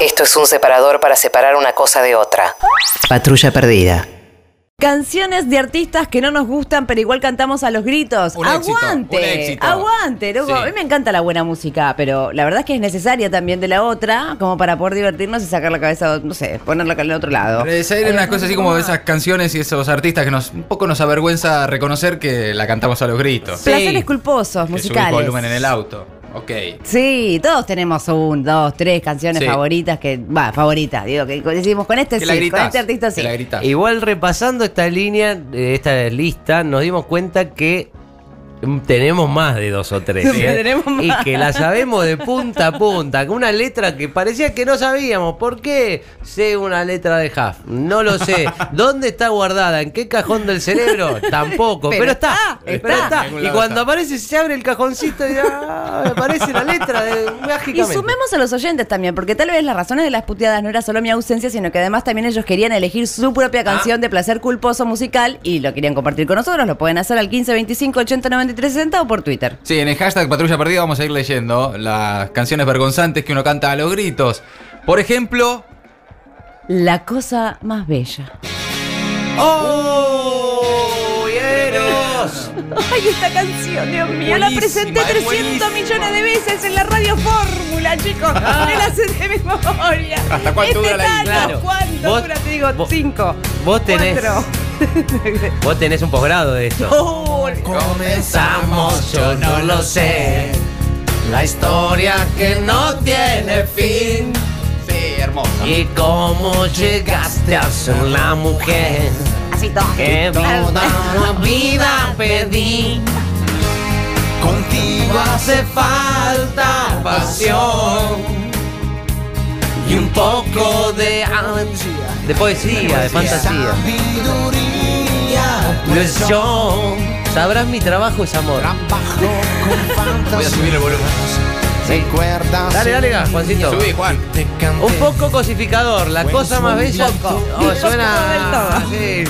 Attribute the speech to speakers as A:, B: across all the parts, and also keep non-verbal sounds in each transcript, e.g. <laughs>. A: Esto es un separador para separar una cosa de otra.
B: Patrulla perdida.
C: Canciones de artistas que no nos gustan, pero igual cantamos a los gritos.
D: Un éxito,
C: aguante,
D: un éxito.
C: aguante, loco.
D: Sí.
C: A mí me encanta la buena música, pero la verdad es que es necesaria también de la otra, como para poder divertirnos y sacar la cabeza, no sé, ponerla al otro lado.
D: Esa era una cosa así como de esas canciones y esos artistas que nos un poco nos avergüenza reconocer que la cantamos a los gritos.
C: Sí. Placeres culposos,
D: Que subís
C: musicales.
D: volumen en el auto. Ok.
C: Sí, todos tenemos un, dos, tres canciones
D: Sí.
C: favoritas que, va, favoritas, digo, que decimos con este
D: Que la
C: sí, con
D: gritas.
C: este artista sí.
D: Que la gritas.
E: Igual repasando esta línea, eh, esta lista, nos dimos cuenta que mm, tenemos más de dos o
C: <laughs>
E: tres. ¿eh?
C: Sí, tenemos
E: Y
C: más.
E: que la sabemos de punta a punta, con una letra que parecía que no sabíamos. ¿Por qué sé una letra de Huff? No
C: <laughs>
E: lo sé. ¿Dónde está guardada? ¿En qué cajón del cerebro? Tampoco.
C: Pero
E: Pero, está,
C: está,
E: Pero
C: está.
E: está.
D: En algún
E: Y
D: lado
E: cuando
D: está.
E: aparece, se abre el cajoncito y ah, aparece la letra de,
C: Y
E: mágicamente.
C: sumemos a los oyentes también, porque tal vez las razones de las puteadas no era solo mi ausencia, sino que además también ellos querían elegir su propia canción de placer culposo musical y lo querían compartir con nosotros. Lo pueden hacer al 15 25 80 93 60 o por Twitter.
D: Sí, en el hashtag Patrulla Perdida vamos a ir leyendo las canciones vergonzantes que uno canta a los gritos. Por ejemplo.
C: La cosa más bella.
E: ¡Oh! ¡Hieros!
C: Ay, esta canción, Dios mío, la
D: Buenísima,
C: presenté
D: es
C: 300
D: buenísima.
C: millones de veces en la radio Fórmula, chicos. Me la sé de memoria.
D: ¿Hasta cuánto
C: Este
D: dura la
C: Thanos,
E: Claro.
C: ¿Cuánto
E: Vos-
C: dura? Te digo,
E: vos-
C: cinco.
E: vos tenés-
C: Cuatro. <laughs>
E: <laughs> Vos tenés un posgrado de esto.
C: Oh,
E: Comenzamos, yo no lo sé. La historia que no tiene fin.
D: Sí, hermosa.
E: Y cómo llegaste a ser la mujer
C: así todo.
E: que toda la vida pedí. Contigo hace falta pasión. Y un poco de ansia. De poesía, de fantasía. Ilusión. Sabrás mi trabajo es amor.
F: Trabajo <laughs> con
D: Voy a
F: fantasía.
D: subir el volumen.
F: Recuerdas.
E: Dale, dale, Juancito.
D: Subí, Juan.
F: Te canté.
E: Un poco cosificador, la cosa más bella. Oh,
C: <laughs>
E: suena. Sí.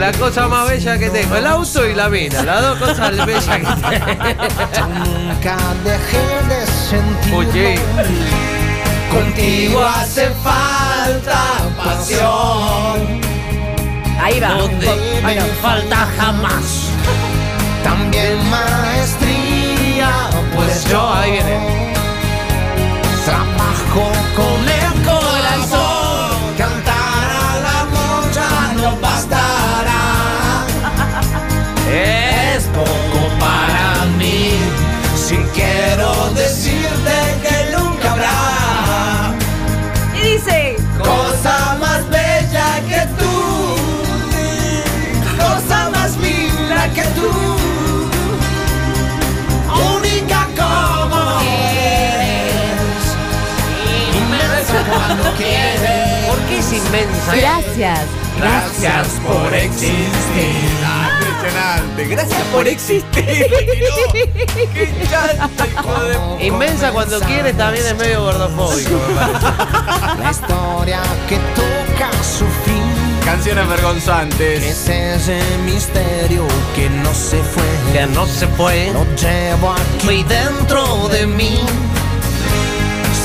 E: La cosa más bella que tengo. El auto y la mina. Las dos cosas <laughs> bellas que tengo.
F: Nunca dejé de sentir.
E: Oye.
F: Contigo
E: hace falta pasión.
C: Ahí va.
E: Donde
C: Ay, no.
E: me falta jamás.
F: También maestría.
E: Pues yo, ahí viene.
F: Trabajo con el corazón. Cantar a la mocha no bastará.
E: Es poco para mí.
F: Si quiero decirte que nunca habrá
C: Y dice.
F: cosa más bella que tú, cosa más linda que tú, única como eres, inmensa cuando quieres.
E: ¿Por qué es inmensa? ¿eh?
C: Gracias.
F: Gracias por existir.
D: Impresionante. Gracias por existir. Qué chanta, hijo de
E: Inmensa cuando quieres también es medio gordofóbico.
F: <laughs>
E: me parece.
F: La historia que toca su fin.
D: Canciones vergonzantes.
F: Es ese misterio que no se fue.
E: Que no se puede.
F: Lo llevo aquí dentro de mí.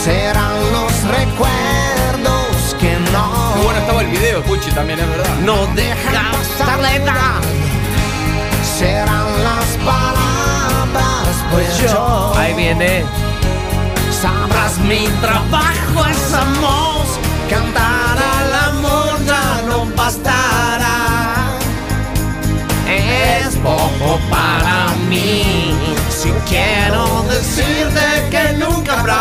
F: Serán los recuerdos que no.
D: Qué bueno estaba el video, Puchi, también es verdad.
E: No
F: dejan
E: deja
F: pasar la edad. Serán las palabras, pues yo.
E: Ahí viene.
F: Sabrás mi trabajo es amor. Cantar al amor ya no bastará. Es poco para mí. Si quiero decirte que nunca habrá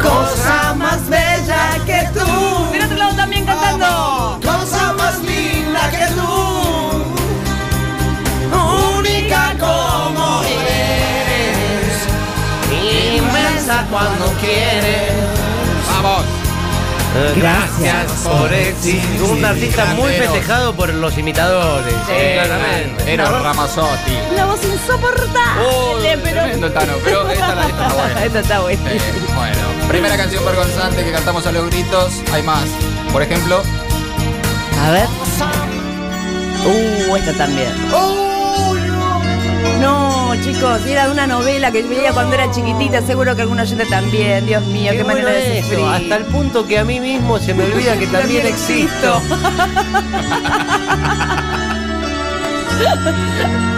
F: cosa más bella que tú.
C: Del otro lado también cantando.
F: Cosa más linda que tú, única como eres, inmensa cuando quieres.
D: Vamos.
E: Gracias por existir. Un artista muy
D: Graneros.
E: festejado por los imitadores. Eh, claramente.
D: Era Ramazzotti.
C: Una voz insoportable.
D: Oh,
C: pero.
D: tremendo, Tano, pero esta la- esta está
C: <laughs>
D: buena.
C: Esta está buena.
D: Eh, bueno, primera canción vergonzante que cantamos a los gritos. Hay más. Por ejemplo,
C: A ver. Uh, esta también. No, chicos. Era de una novela que yo veía cuando era chiquitita. Seguro que alguna gente también. Dios mío, qué,
E: bueno
C: manera de
E: eso,
C: sufrir.
E: Hasta el punto que a mí mismo se me olvida que también existo.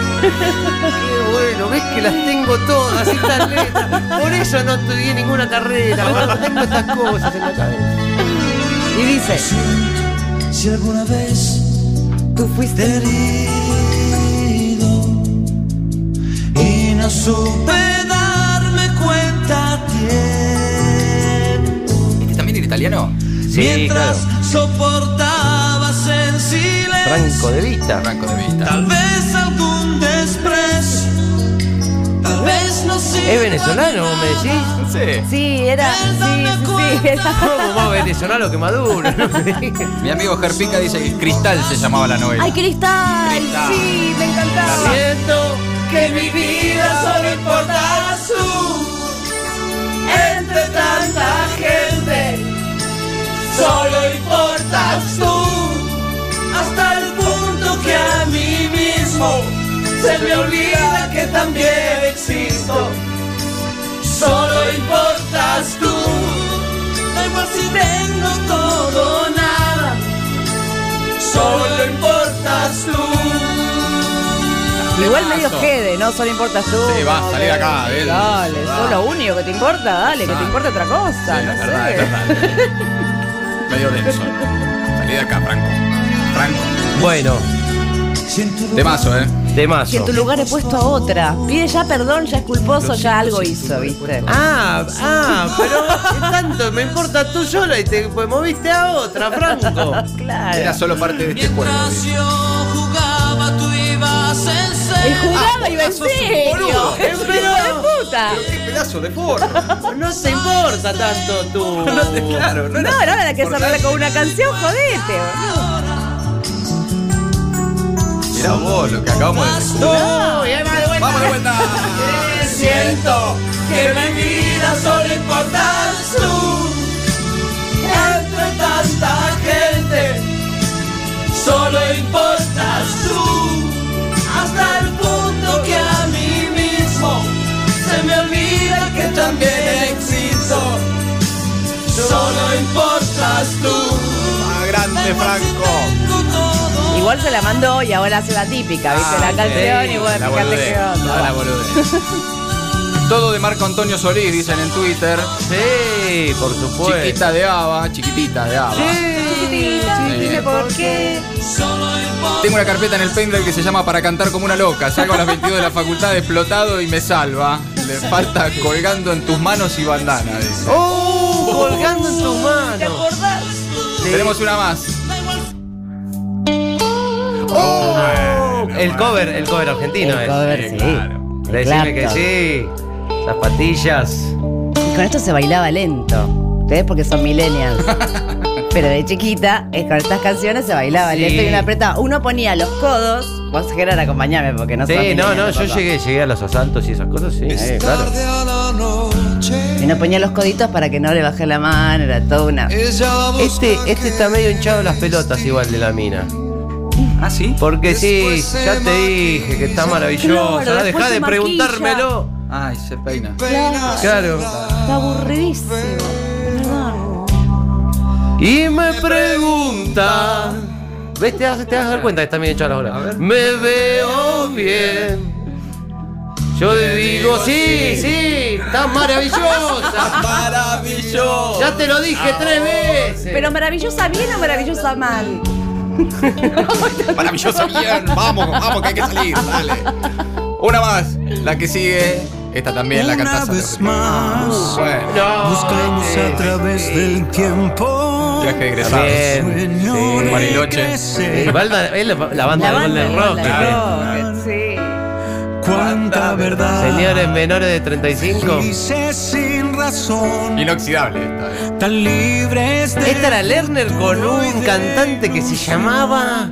E: <laughs> Qué bueno, ves que las tengo todas estas letras. Por eso no estudié ninguna carrera. boludo, Tengo estas cosas en la cabeza.
C: Y dice,
G: Si alguna vez
C: tú
G: te he
C: fuiste.
G: herido y no supe darme cuenta a tiempo,
D: ¿Este también era italiano?
G: mientras soportabas en silencio,
E: Franco de vista.
D: Franco de Vita.
G: tal vez algún desprecio, tal vez no sirva
E: ¿Es venezolano vos me decís?
D: Sí.
C: Sí, era. Sí, sí, sí.
E: <laughs>
C: era-
E: ¿Cómo más venezolano que Maduro? No me digas.
D: Mi amigo Gerpica dice que Cristal se llamaba la novela.
C: ¡Ay, Cristal!
D: Cristal.
C: Sí, me encantaba.
E: Siento
G: que mi vida solo importarás tú entre tanta gente solo importas tú hasta el punto que a mí mismo se me olvida que también existo solo importas tú da igual si tengo todo o nada solo importas tú
C: Igual medio jede, ¿no? Solo importas tú.
D: Sí, va, salí de acá,
C: Dale,
D: ven.
C: Dale,
D: Va.
C: sos lo único que te importa, dale, que te importa otra cosa.
D: Sí,
C: no
D: es
C: sé.
D: verdad, es verdad. Medio denso. Salí de acá, Franco. Franco.
E: Bueno,
D: Temazo, ¿eh?
C: Que en
E: temazo.
C: tu lugar he puesto a otra. Pide ya perdón, ya es culposo, ya algo hizo, ¿viste?
E: Ah, ah, pero tanto, me importa tú sola y te pues, moviste a otra, Franco.
D: Era solo parte de este juego.
G: Mientras yo jugaba, tú ibas en
C: Él
G: serio.
C: jugaba y iba en
D: sos un
C: serio.
D: boludo.
C: <laughs> Es un hijo de puta.
D: ¡Qué pedazo de forro!
E: No te importa tanto tú.
D: claro, no
C: No,
D: era.
C: no, ahora que se arregla con una canción, jodete. boludo.
D: Mirá vos lo que acabamos de descubrir.
E: No, y además de vuelta.
D: ¡Vamos de vuelta!
G: Siento que mi vida solo importas tú. Entre tanta gente, solo importas tú. Hasta el punto que a mí mismo se me olvida que también existo. Solo importas tú.
D: ¡Grande,
C: Igual se la mandó y ahora hace la típica, ¿viste?
D: Ah,
C: La canción y bueno, fíjate qué
D: Toda Ah,
C: onda.
D: la boludez. Todo de Marco Antonio Solís, dicen en Twitter.
E: Sí, por supuesto.
D: Chiquita de Ava, chiquitita de Ava.
C: Chiquitita,
D: Sí.
C: dime por qué.
D: Tengo una carpeta en el pendrive que se llama Para cantar como una loca. Salgo a las 22 de la facultad explotado y me salva. Le falta colgando en tus manos y bandana. dice.
E: Oh, colgando en tus manos.
C: acordás?
D: Tenemos una más.
E: Oh, El cover, el cover argentino
C: El
E: es.
C: cover, sí. El
E: eh, Decime que
C: clapton.
E: sí. Zapatillas.
C: Y con esto se bailaba lento. Ustedes porque son
E: <laughs>
C: millennials. Pero de chiquita, eh, con estas canciones se bailaba
E: Sí.
C: lento y una apretaba. Uno ponía los codos. Vos, Gerard, acompañame porque no sos
E: Sí, no,
C: millennial,
E: no, yo
C: papá.
E: llegué, llegué a los asaltos y esas cosas, sí, eh, claro.
G: Tarde a la noche,
C: Y no ponía los coditos para que no le baje la mano, era toda una.
G: ella va a
E: Este,
G: buscar
E: este está medio hinchado las pelotas igual de la mina.
D: ¿Ah, sí?
E: Porque sí, ya te dije que está maravilloso.
C: Claro,
E: Dejá
C: después
E: de
C: se
E: preguntármelo.
D: Ay, se peina.
G: penas
E: Claro.
C: Está aburridísimo.
E: Y me pregunta. ¿Ves? Te vas, te vas a dar cuenta que está medio hinchado las bolas. Me veo bien. Yo le digo, sí, sí, está
F: <laughs>
E: maravillosa.
G: maravilloso.
E: Ya te lo dije tres veces.
C: Pero maravillosa bien o maravillosa mal.
D: Maravilloso bien.
F: <laughs>
D: Vamos, vamos, que hay que salir. Dale. Una más. La que sigue. Esta también la
F: Una
D: cantás. Ah,
F: vez más
D: Bueno,
E: No,
F: buscamos
E: este-
F: a través del tiempo.
D: viaje de egresados.
E: Bien.
F: Sueño de
D: Bariloche.
F: crecer.
E: Balda- es la, la
C: La
E: banda
C: banda
E: de Golden
C: de
E: Rock.
C: Golden Rock, sí.
F: Cuánta verdad.
E: Señores menores de 35.
F: Dice sin razón.
D: Inoxidable esta. eh.
F: Tan libres de.
E: Esta era Lerner con un cantante que se llamaba.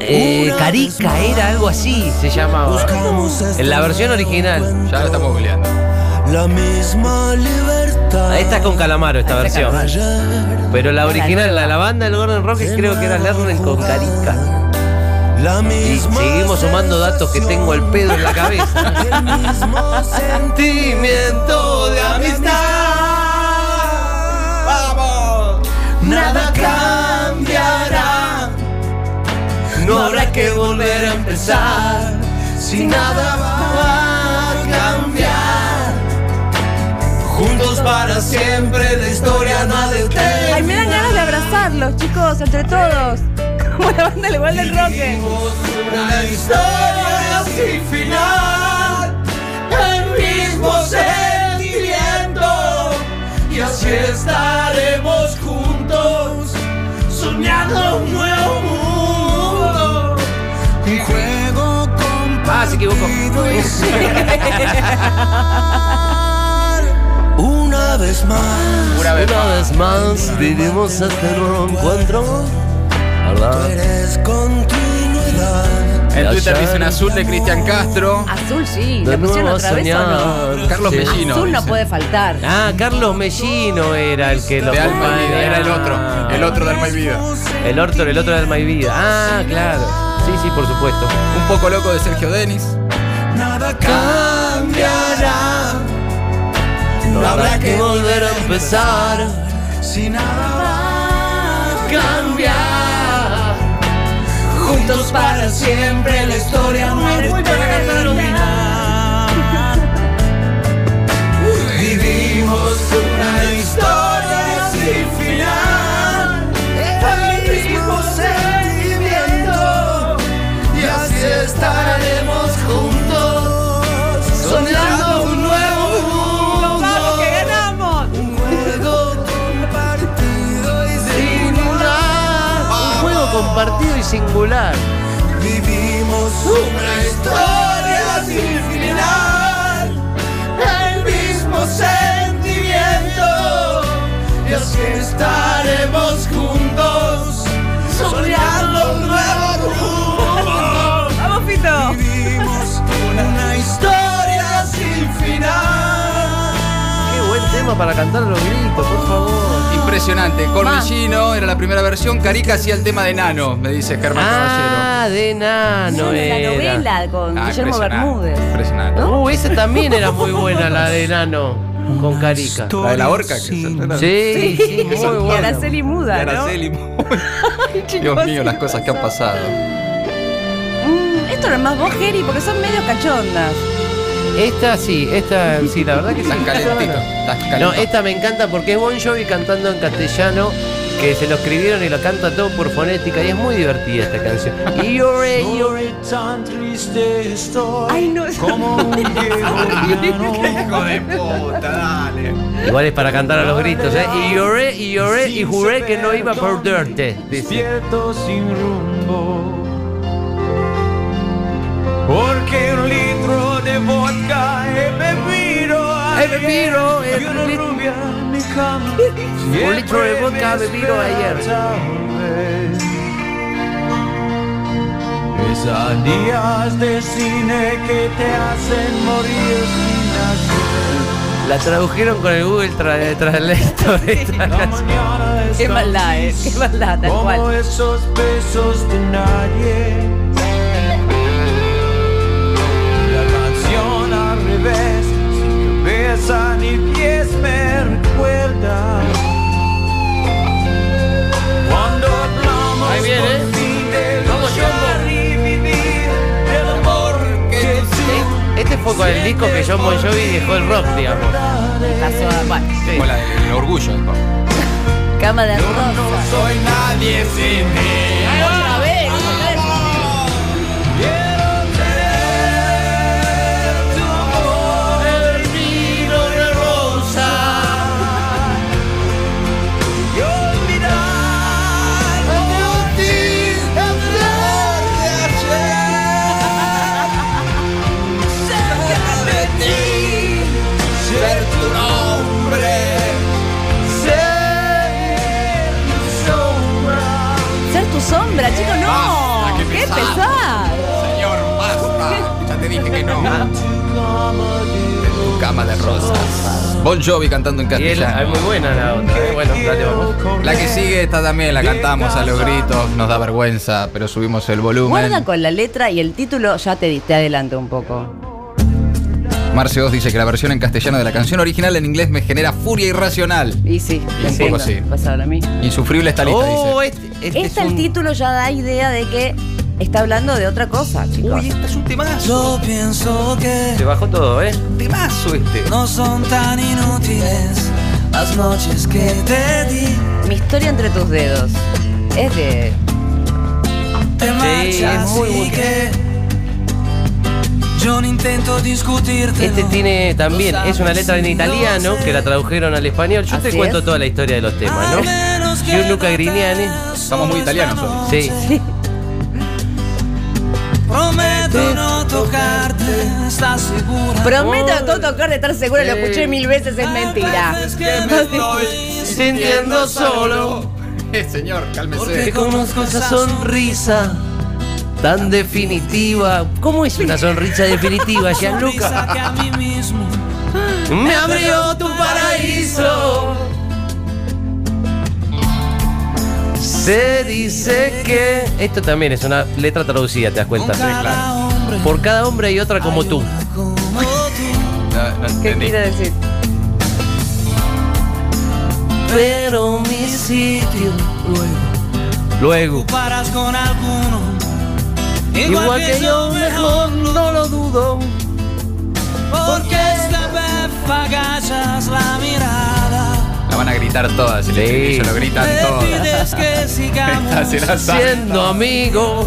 E: Eh, Carica, era algo así, se llamaba.
F: Buscamos hasta
E: En la versión original.
D: Ya lo estamos googleando.
F: la misma libertad.
E: ah, Esta es con Calamaro, esta versión.
F: Rayar
E: Pero la original, la, la banda del Golden Rock, creo que era Lerner con Carica.
F: La
E: Y
F: misma
E: seguimos sumando datos que tengo al pedo en la cabeza.
F: El
E: <laughs>
F: mismo
E: Sentimiento de amistad. Vamos.
F: Nada cambiará.
E: No habrá que volver a empezar.
F: Si nada va a cambiar. Juntos para siempre la historia no ha de
C: Ay, me dan ganas de abrazarlos, chicos, entre todos. <laughs> Como la banda igual del rock.
F: Vivimos una historia sin final, el mismo sentimiento, y así estaremos juntos, soñando un nuevo mundo. Un juego
E: Ah, se equivocó.
F: una vez más.
E: Una vez más vivimos
F: este
E: hasta el encuentro. ¿Verdad?
F: Eres continuidad.
D: En Twitter dicen azul de Cristian Castro.
C: Azul sí,
E: De
C: ¿la pusieron
E: nuevo a
C: otra vez o no?
E: soñar.
D: Carlos Mellino.
C: Azul no
D: dice.
C: puede faltar.
E: Ah, Carlos Mellino era el que lo
D: De Alma y Vida,
E: acompaña.
D: era el otro. El otro de Alma y Vida.
E: El otro, el otro de Alma y Vida. Ah, claro. Sí, sí, por supuesto.
D: Un poco loco de Sergio Denis.
F: Nada cambiará.
E: No habrá que volver a empezar.
F: Si nada va a
E: Cambiar.
F: Juntos para siempre la historia no ha de terminar. Vivimos una historia sin final, el mismo sentimiento y así estaremos juntos soñando un nuevo mundo.
C: ¡Vamos, que ganamos!
F: Un juego compartido y singular.
E: Un juego compartido y singular.
F: Vivimos una historia sin final, el mismo sentimiento, y así estaremos juntos, soñando un nuevo rumbo.
C: ¡Vamos, Fito!
F: Vivimos una historia sin final.
E: Qué buen tema para cantar los gritos, por favor.
D: Impresionante.
E: Ah,
D: Con
C: Va.
D: Mellino era la primera versión. Carica hacía el tema de Nano, me dice Germán
E: Ah, de nano
C: la
E: era.
C: novela con
D: Caballero. Ah,
C: Guillermo
D: impresionante,
C: Bermúdez.
D: Impresionante.
E: Uh, esa también era muy buena, la de nano con Carica.
D: La de la horca que se
E: Sí, sí, muy
C: y
E: buena.
C: Araceli Muda, ¿no?
E: <laughs>
D: Araceli. Dios mío, las cosas que han pasado.
C: Mm, esto no es más vos, Jerry, porque son medio cachondas.
E: Esta sí, esta sí, la verdad que sí.
D: Estás calentito. Estás calentito.
E: No, esta me encanta porque es Bon Jovi cantando en castellano, que se lo escribieron y lo canta todo por fonética y es muy divertida esta canción. Y lloré, lloré.
F: tan triste estoy.
C: Ay, no. <laughs>
F: Como un
D: Hijo de puta, dale.
E: Igual es para cantar a los gritos, ¿eh? Y lloré, y lloré, y juré que no iba a perderte. Dice.
F: Despierto sin rumbo. Porque un litro de vodka he bebido.
E: He bebido, he
F: Y una
E: bebido.
F: rubia en mi cama.
E: <laughs> Un litro de vodka he
F: Siempre me
E: bebido ayer.
F: espera otra vez. Pesadillas de cine que te hacen morir sin hacer.
E: La tradujeron con el Google tra- eh, <laughs> Translator.
C: <laughs>
E: esta
F: La
E: canción.
F: mañana
C: Qué
F: está
C: maldad, eh. Qué maldad, tal
F: Como
C: cual.
F: esos besos de nadie. La canción al revés, sin cabeza ni pies me recuerda. Cuando hablamos
E: Ahí
C: eh.
E: viene.
F: por fin de
E: Vamos,
F: luchar y vivir, el amor que sin
E: Este fue con el disco que John Bon Jovi dejó el rock, digamos.
C: La
F: verdades.
C: soda, bueno.
E: Sí.
D: Con la del orgullo. dijo.
C: Cama de
F: Yo no
C: rosa.
F: soy nadie sin ti.
C: Ay, otra vez, otra vez.
F: Quiero tener tu amor, el vino de rosa Y olvidar como ti la flor de ayer Cerca de ti, ser tu nombre Ser tu sombra
C: Ser tu sombra, chicos, no.
D: Ah. Basta, qué
C: Qué
D: pesado.
C: pesado.
D: Señor, basta. Ya te dije que no. En tu cama de rosas. Bon Jovi cantando en
E: Y es, la- es
D: castellano.
E: muy buena la otra. ¿eh? Bueno, dale, vamos.
D: La que sigue esta también la cantamos a los gritos, nos da vergüenza, pero subimos el
C: Guarda
D: volumen.
C: con la letra y el título, ya te, te adelanto un poco.
D: Marce 2 dice que la versión en castellano de la canción original en inglés me genera furia irracional.
C: Y sí,
D: Y sí.
C: entiendo.
D: Un poco sí.
C: Vas a hablar a mí.
D: Insufrible esta lista,
C: eh,
E: Oh,
D: dice.
E: este, este
C: Esta
E: es
C: el
E: un-
C: título ya da idea de que está hablando de otra cosa, chicos.
E: Uy, este es un temazo.
G: Yo pienso que
E: Se bajó todo, ¿eh? Temazo este.
G: no son tan inútiles las noches que te di.
C: Mi historia entre tus dedos. Es de.
G: Te
E: Sí,
G: marchas
E: es muy
G: y
E: bueno.
G: que yo no intento discutirte.
E: Este tiene también, es una letra en italiano que la tradujeron al español. Yo te
C: Así
E: cuento
C: es.
E: toda la historia de los temas, ¿no? Yo, Luca Grignani.
D: Somos muy italianos hoy.
E: Sí.
G: Prometo no tocarte, ¿estás segura?
C: Prometo a todo tocar de estar segura, lo
E: Sí.
C: escuché mil veces, es mentira.
G: Es que me estoy
E: Sintiendo solo.
D: Eh, señor,
E: Te
D: cálmese.
E: conozco esa sonrisa tan definitiva. ¿Cómo es una sonrisa definitiva,
G: sonrisa
E: Gianluca?
G: que a mí mismo
E: Me abrió tu paraíso. Se dice que. Esto también es una letra traducida, ¿te das cuenta?
G: cada hombre
E: Por cada hombre hay otra como tú.
G: como tú.
D: No, no
C: ¿Qué
D: entendí.
C: quiere decir?
E: Pero mi sitio luego. Luego.
G: Paras con alguno.
E: Igual que yo mejor, no lo dudo.
G: Porque esta vez agachas la mirada.
D: La van a gritar todas. El
E: Sí.
D: estribillo lo gritan
G: Me
D: <laughs> todas.
G: pides <laughs> que
D: Esta
G: sigamos.
D: se la sabe.
E: Siendo amigos.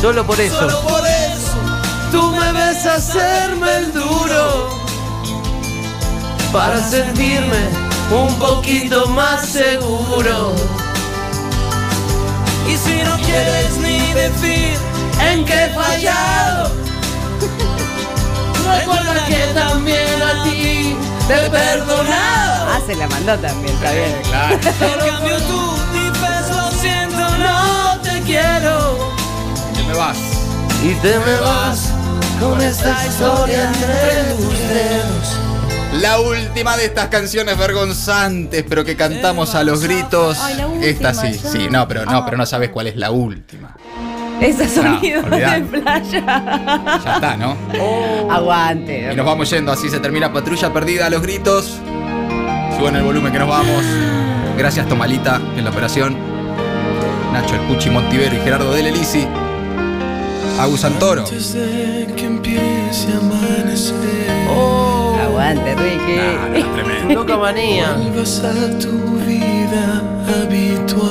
E: Solo por eso.
G: Solo por eso
E: Tú me ves hacerme el duro para sentirme un poquito más seguro.
G: Y si no quieres ni decir
E: En que he fallado, recuerda que también a ti te he perdonado.
C: Ah, se la mandó también, está bien.
D: Claro.
G: En cambio tú dices lo siento, no
E: Te quiero
D: Te me vas.
E: y te me vas con esta historia entre tus dedos.
D: La última de estas canciones vergonzantes, pero que cantamos a los gritos.
C: Ay, la última,
D: Esta sí,
C: ya. Ah.
D: sí, no, pero no, pero no sabes cuál es la última.
C: Ese sonido
D: olvidá.
C: de playa.
D: Ya está, ¿no?
C: Aguante.
D: Y nos vamos yendo, así se termina Patrulla Perdida a los gritos. Suben el volumen que nos vamos. Gracias Tomalita en la operación. Nacho El Puchi Montivero y Gerardo Del Elisi. Agus Santoro.
G: Antes de que empiece a amanecer,
C: Aguante, Ricky.
E: Loca manía.
G: vuelvas a tu vida habitual.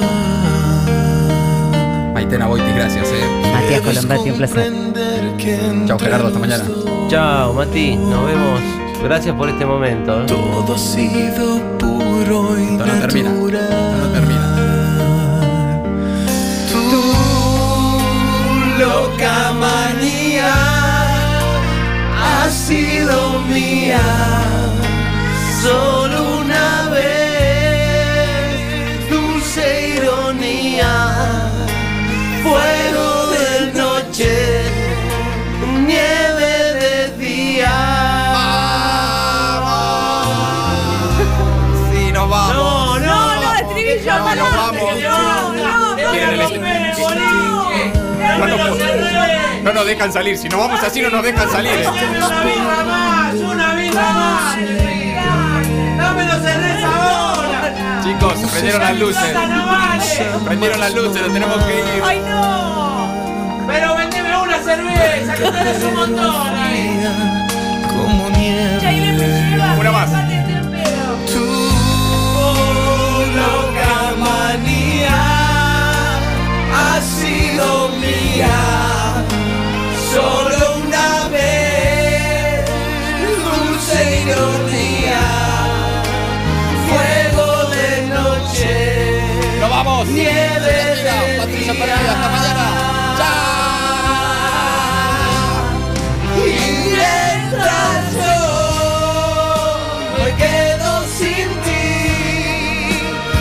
D: Maitena Boitis, gracias, eh.
A: Matías
G: Debes
A: Colombati, un placer.
G: comprender que
D: Chao
G: entre
D: Gerardo, hasta
G: los
D: mañana.
G: dos
E: Chao, Mati. Nos vemos. Gracias por este momento. ¿eh?
G: Todo ha sido puro y
D: Esto no termina. Esto no
G: natural.
D: termina.
E: Tu loca manía ha sido mía solo una vez. Dulce ironía, fuego de noche, nieve de día.
D: Sí, nos vamos.
E: No, no,
C: No, estribillo,
D: No,
C: pará.
D: nos vamos.
C: No, no, no,
D: Miren el
C: no, no.
D: estribillo. No, nos po- no nos dejan salir, si nos vamos así no nos dejan salir. eh.
E: Una birra más, una birra más. Dámelo cerveza ahora.
D: Chicos, se prendieron las luces.
E: No vale.
D: Prendieron las luces, nos tenemos que ir.
E: Ay no. Pero vendeme una cerveza, que tenés un montón ahí.
G: Como nieve,
D: Una más.
G: tú, loca manía, ha sido mía. Solo una vez, dulce ironía.
H: Patrulla Perdida, hasta mañana. ¡Chao!
G: Y mientras yo me quedo sin ti,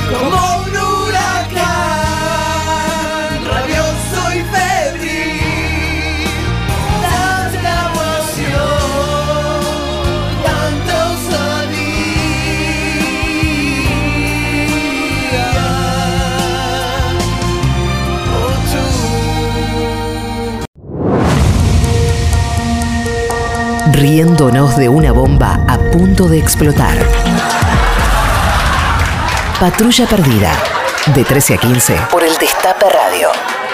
G: como un huracán, rabioso y febril, tanta emoción, tanta osadía. Oh, tú.
A: riéndonos de una bomba a punto de explotar. Patrulla Perdida, de 13 a 15,
I: Por el Destape Radio.